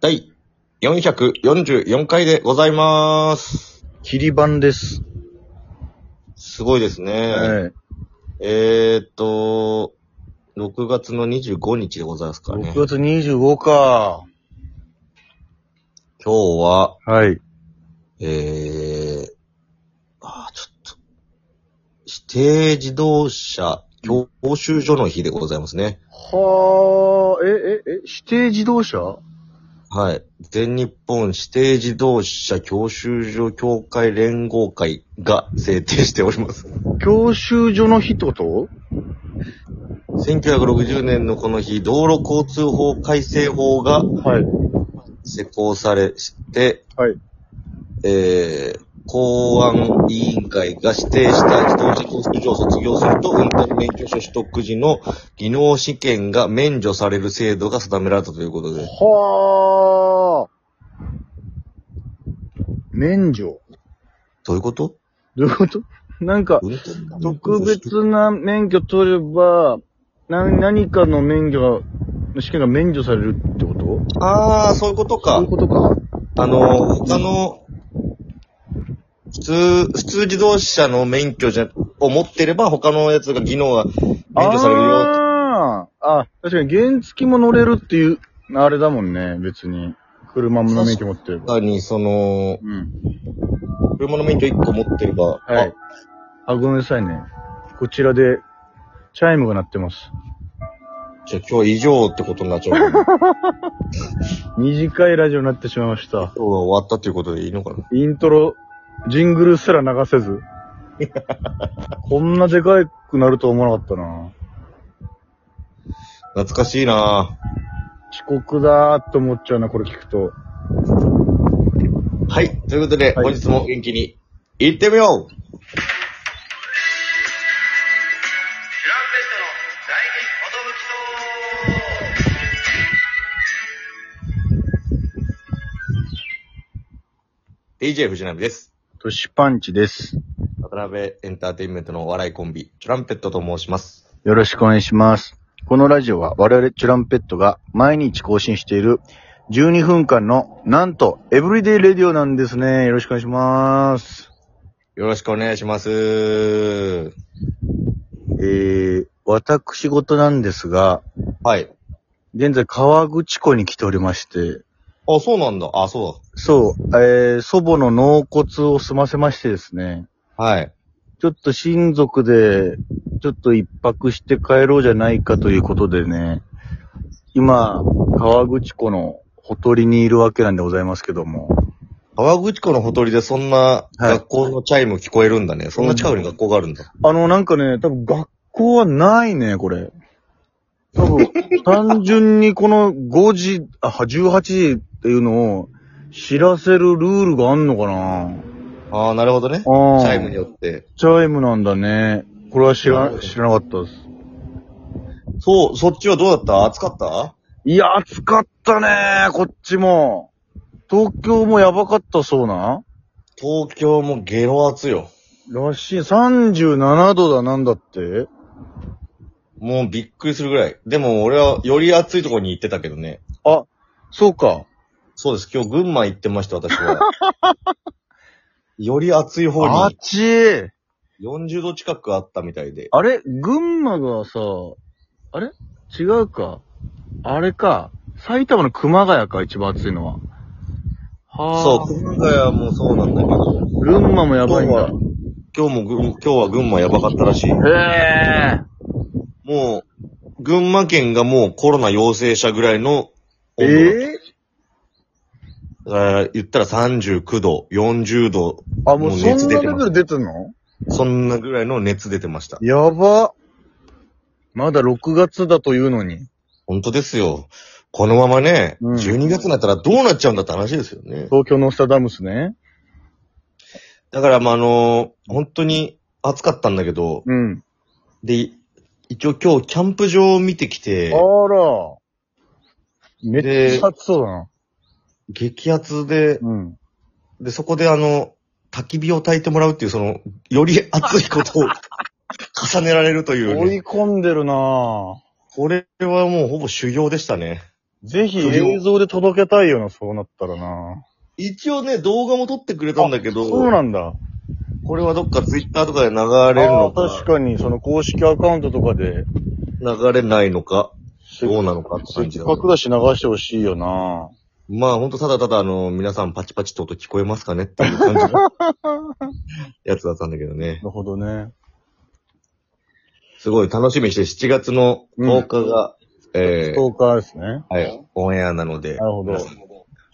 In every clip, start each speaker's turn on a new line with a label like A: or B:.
A: 第444回でございます。
B: 切り板です。
A: すごいですね。
B: はい。
A: えーっと、6月の25日でございますからね。
B: 6
A: 今
B: 月25か。
A: 日は、
B: はい。
A: えー、あー、ちょっと、指定自動車教習所の日でございますね。
B: はあ、え、え、え、指定自動車
A: はい。全日本指定自動車教習所協会連合会が制定しております。
B: 教習所の日ってこと
A: 1960年のこの日、道路交通法改正法が
B: はい。
A: 施行されして、
B: はい。
A: えー、公安委員会が指定した自動車教習所を卒業すると、運転免許証取得時の技能試験が免除される制度が定められたということで、
B: はあ。免除。
A: どういうこと
B: どういうことなんか、
A: 運転免許証
B: 特
A: 取得
B: 別な免許取れば、な、何かの免許が、の試験が免除されるってこと
A: ああ、そういうこと
B: そうい
A: か
B: う。ことか。
A: あの、他の、普通、普通自動車の免許じゃ、を持ってれば、他のやつが技能が免除されるよ。
B: ああ、あ、確かに原付も乗れるっていう、あれだもんね、別に。車も免許持ってれば。
A: 他に、その、
B: うん。
A: 車の免許1個持ってれば、
B: はい。あ、ごめんなさいね。こちらで、チャイムが鳴ってます。
A: あ、じゃあ今日以上ってことになっちゃうから。今
B: 短いラジオになってしまいました。
A: 日は終わったということでいいのかな。
B: イントロ、ジングルすら流せず。こんなでかくなるとは思わなかったな。
A: 懐かしいなぁ
B: 遅刻だーって思っちゃうな、これ聞くと。
A: はい。ということで、
B: はい
A: 本日も元気に、行ってみよう
C: グランベストの第二音吹きそう
A: ！DJ 藤波です。
B: トシパンチです。
A: 渡辺エンターテインメントのお笑いコンビ、トランペットと申します。
B: よろしくお願いします。このラジオは我々チュランペットが毎日更新している12分間のなんとエブリデイレディオなんですね。よろしくお願いします。
A: よろしくお願いします。
B: えー、私事なんですが、
A: はい。
B: 現在川口湖に来ておりまして、
A: あ、そうなんだ。あ、そ
B: そう、えー、祖母の納骨を済ませましてですね、
A: うだ。はい。
B: ちょっと親族で、ちょっと一泊して帰ろうじゃないかということでね、今、川口湖のほとりにいるわけなんでございますけども、
A: 川口湖のほとりでそんな学校のチャイム聞こえるんだね。そんな近くに学校があるんだ。
B: あの、なんかね、多分学校はないね、これ。多分、単純にこの5時、あ、18時っていうのを知らせるルールがあんのかな
A: ああ、なるほどね。チ
B: ああ。
A: ャイムによって。
B: チャイムなんだね。これは知
A: なる
B: ら
A: ほ、ど
B: 知らなかったです。
A: そう、そっちはどうだった暑かった
B: いや、暑かったね、こっちも。東京もやばかったそうな。
A: 東京もゲロ暑いよ。
B: らしい。37度だ、なんだって。
A: もうびっくりするぐらい。でも俺はより暑いところに行ってたけどね。
B: あ、そうか。
A: そうです。今日群馬行ってました、私 は。より暑い方
B: あっ
A: に
B: ちー。
A: 40度近くあったみたいで。
B: あれ群馬がさ、あれ違うか。あれか。埼玉の熊谷か、一番暑いのは。は
A: そう、熊谷もそうなんだけど。
B: う。群馬もやばいんだ。
A: 今日も群、今日は群馬やばかったらしい。
B: へえ。
A: もう、群馬県がもうコロナ陽性者ぐらいの温
B: え
A: 度だっ
B: え
A: た。だから言ったら39度、40度、
B: あ、もう
A: もう
B: そん
A: 熱
B: なレ
A: 出
B: ベ
A: てます
B: ル出てんの
A: そんなぐらいの熱出てました。
B: やば。まだ6月だというのに。
A: 本当ですよ。このままね、
B: うん
A: 12月になったらどうなっちゃうんだって話ですよね。
B: 東京のスタダムスね。
A: だから、まあ、あのー本当に暑かったんだけど、
B: うん。
A: で、一応今日キャンプ場を見てきて
B: あ、ら。めっちゃ暑そうだな。
A: 激熱で、
B: うん。
A: で、そこであの、焚き火を焚いてもらうっていう、その、より熱いことを 重ねられるというね、
B: 追い込んでるなぁ。
A: これはもうほぼ修行でしたね。
B: ぜひ映像で届けたいよな、そうなったらな。
A: 一応ね、動画も撮ってくれたんだけど、
B: そうなんだ。
A: これはどっかツイッターとかで流れる
B: あ
A: の
B: あ確
A: か、
B: かに、その公式アカウントとかで、
A: 流れないのか、
B: せ
A: どうなのかって
B: せ
A: 感じ
B: っ
A: だ
B: かくだし流してほしいよな。
A: まあほんとただただあの、皆さんパチパチと音聞こえますかねっていう感じ のやつだったんだけどね
B: な。るほどね。
A: すごい楽しみにして7月の10日が、え
B: ス
A: ー
B: トーカーですね。
A: はい、オンエアなので
B: な、るほど。ち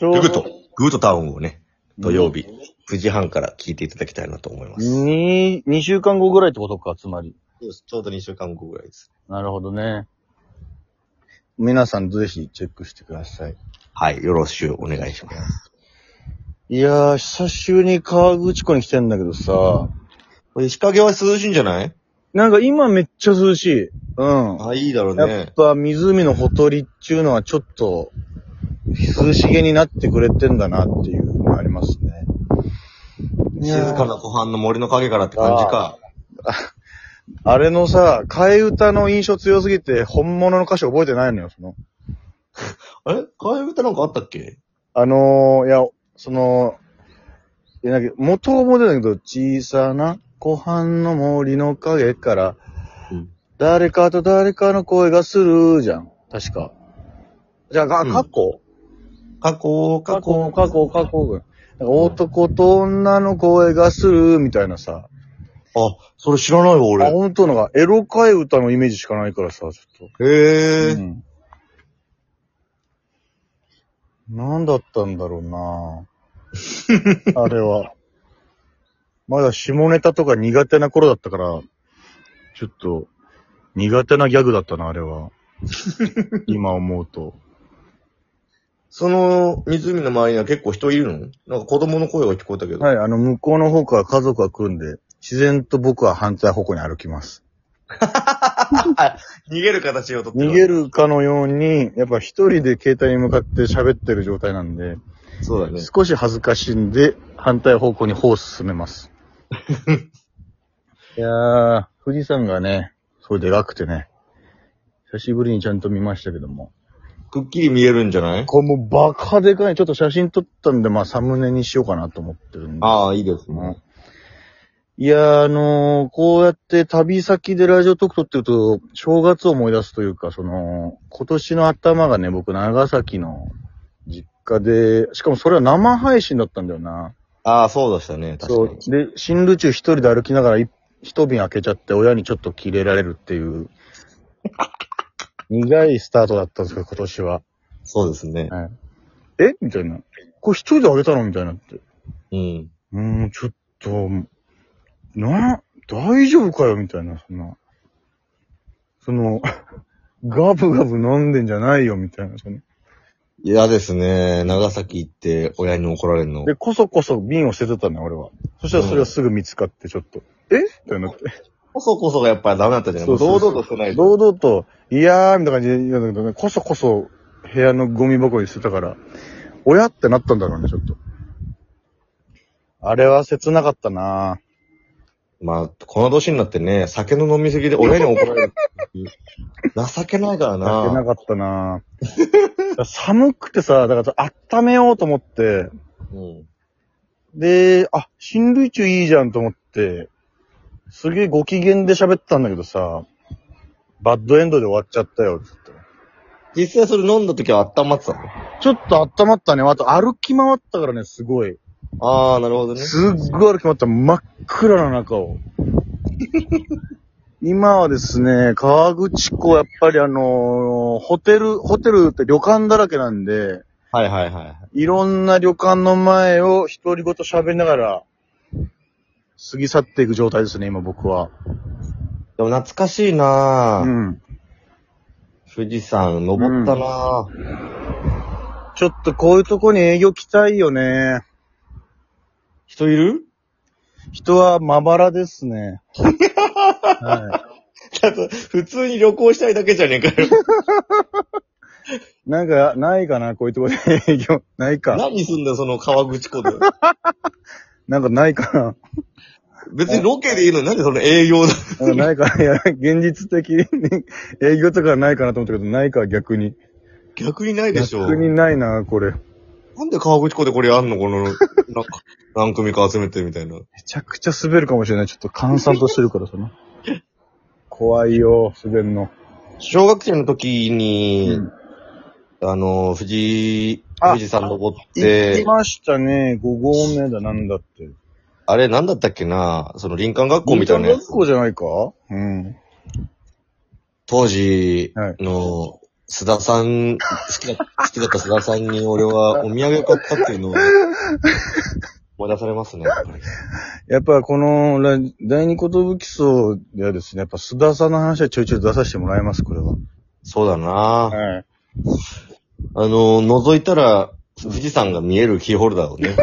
A: グ
B: ょ
A: ーと、グーとタウンをね、土曜日、9時半から聞いていただきたいなと思います。
B: に、2週間後ぐらいってことか、つまり。
A: そうですちょうど2週間後ぐらいです。
B: なるほどね。皆さんぜひチェックしてください。
A: はい、よろしくお願いします。
B: いやー、久しぶりに河口湖に来てんだけどさ、
A: これ、日陰は涼しいんじゃない
B: なんか今めっちゃ涼しい。うん。
A: あ、いいだろう
B: や
A: ね
B: っ。ぱ湖のほとりっていうのはちょっと、涼しげになってくれてんだなっていうのがありますね。
A: 静かな湖畔の森の影からって感じか。
B: あれのさ、替え歌の印象強すぎて、本物の歌詞覚えてないのよ、その。
A: あれ替え歌なんかあったっけ
B: あのー、いや、その、いや、なんか元は覚えてないけど、小さな湖畔の森の影から、
A: うん
B: 誰かと誰かの声がするじゃん。確か。じゃあ、が、
A: うん
B: 過去、
A: 加工、加
B: 過
A: 工
B: 去、。過去、過去が。なんか男と女の声がする、みたいなさ。
A: あ、それ知らないわ、
B: あ、
A: 俺。
B: 本当のが、エロ替え歌のイメージしかないからさ、ちょっと。
A: へえ。
B: うん。なんだったんだろ うなあれは。まだ下ネタとか苦手な頃だったから、ちょっと、苦手なギャグだったな、あれ は。今思うと。
A: その湖の周りには結構人いるのなんか子供の声が聞こえたけど。
B: はい、あの、向こうの方から家族が来るんで、自然と僕は反対方向に歩きます。
A: 逃げる形をとって
B: 逃げるかのように、やっぱ一人で携帯に向かって喋ってる状態なんで、
A: そうだね。
B: 少し恥ずかしいんで、反対方向に歩を進めます。いやー、富士山がね、そうでかくてね、久しぶりにちゃんと見ましたけども。
A: くっきり見えるんじゃない
B: これもうバカでかい。ちょっと写真撮ったんで、まあサムネにしようかなと思ってるんで。
A: ああ、いいです
B: うん
A: ね。
B: いやー、あのーこうやって旅先でラジオトーク撮ってると、正月を思い出すというか、その、今年の頭がね、僕、長崎の実家で、しかもそれは生配信だったんだよな。
A: ああ、そうでしたね。
B: そ
A: 確か
B: う
A: に。。
B: で、新路中一人で歩きながらい、一瓶開けちゃって、親にちょっとキレられるっていう、苦いスタートだったんですけど、今年は。
A: そうですね。
B: えみたいな。これ一人で開けたのみたいになって。
A: うん。
B: うーん、ちょっと、な、大丈夫かよ、みたいな、そんな。その、 ガブガブ飲んでんじゃないよ、みたいな。その
A: 嫌ですね。長崎行って親に怒られるの。
B: で、こそこそ瓶を捨ててたんだ、俺は。そしたらそれはすぐ見つかって、ちょっと、えみたいになって。
A: こそこそがやっぱりダメだったじゃん。
B: そうそうそ
A: 堂
B: う
A: 々としてないと。
B: 堂々と、いやー、みたいな感じで言うんだけどね、こそこそ部屋のゴミ箱に捨てたから、親ってなったんだろうね、ちょっと。あれは切なかったなぁ。
A: まあ、この年になってね、酒の飲みすぎで親に怒られる。情けないから
B: やってな
A: な。
B: かったなぁ。寒くてさ、だから温めようと思って、
A: うん。
B: で、あ、新類中いいじゃんと思って、すげえご機嫌で喋ったんだけどさ、バッドエンドで終わっちゃったよ、つって。
A: 実際それ飲んだ時は温まってたの
B: ちょっと温まったね。あと歩き回ったからね、すごい。
A: ああ、なるほどね。
B: すっごい歩き回った。真っ暗な中 を。今はですね、川口湖、やっぱりあのーホテル、ホテルって旅館だらけなんで、
A: はいはいはい。
B: いろんな旅館の前を独り言喋りながら、過ぎ去っていく状態ですね、今僕は。
A: でも懐かしいなぁ、
B: うん。
A: 富士山登ったなぁ、
B: ちょっとこういうとこに営業来たいよね。
A: 人いる
B: 人はまばらですね。は
A: だと普通に旅行したいだけじゃねえかよ。
B: い。なんか、ないかなこういうとこで営業。ないか。
A: 何すんだよ、その川口湖で。
B: なんかないかな
A: 別にロケでいいのになんでその営業だ。
B: なんかないかないや、現実的に営業とかないかなと思ったけど、ないか、逆に。
A: 逆にないでしょ。
B: 逆にないな、これ。め
A: なんで川口湖でこれあんのこの、なんか、何組か集めてみたいな。
B: ちゃくちゃ滑るかもしれない。ちょっと閑散としてるからさな。怖いよ、滑るの。
A: 小学生の時に、
B: うん
A: あの、富士、
B: あ
A: 富士山登っ
B: 行き
A: て、
B: ましたね。5合目だ、なんだって。
A: あれなんだったっけなその林間学校みたいなやつ
B: 学。校じゃないかうん。
A: 当時
B: はい
A: の、須田さん、好きだ、好きだった須田さんに俺 はお土産買ったっていうのを、思い出されますね。やっぱり
B: やっぱこのラ、第二ことぶきそうではですね、やっぱ須田さんの話はちょいちょい出させてもらいます、これは。
A: そうだな
B: はい。
A: あの、覗いたら、富士山が見えるキーホルダーをね、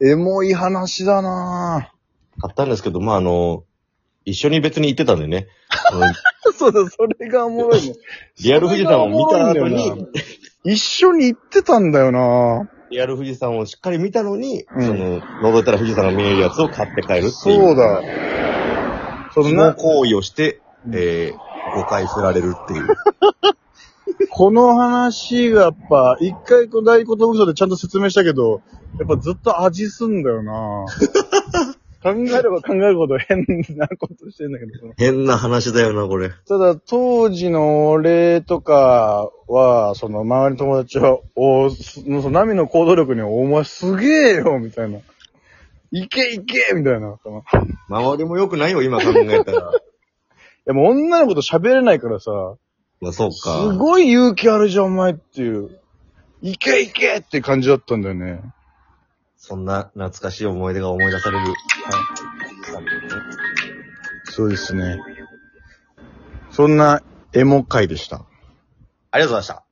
B: エモい話だな
A: 買ったんですけど、まあ、あの、一緒に別に行ってたんでね、あの
B: ぁ。そうだ、それがおもろいね。
A: リアル富士山を見た後
B: それがおもろいん
A: に、
B: 一緒に行ってたんだよな
A: リアル富士山をしっかり見たのに、
B: うん
A: その、覗いたら富士山が見えるやつを買って帰るっていう。
B: そう。だ。そ
A: そ
B: の
A: の
B: な、
A: 行為をして、えー、誤解振られるっていう。
B: この話がやっぱ、一回こう第一ことぶきそうでちゃんと説明したけど、やっぱずっと味すんだよなぁ。考えれば考えるほど変なことしてんだけど、その
A: 変な話だよな、これ。
B: ただ、当時の俺とかは、その周りの友達は、おーそのそのナミの行動力に、お前すげえよみたいな。いけいけみたいな。そのい
A: 周りも良くないよ、今考えた ら。
B: や、もう女の子と喋れないからさ、
A: まあ、そう
B: す
A: か。
B: ごい勇気あるじゃん、お前っていう。いけいけって感じだったんだよね。
A: そんな懐かしい思い出が思い出される。
B: そうですね。そんなエモ回でした。
A: ありがとうございました。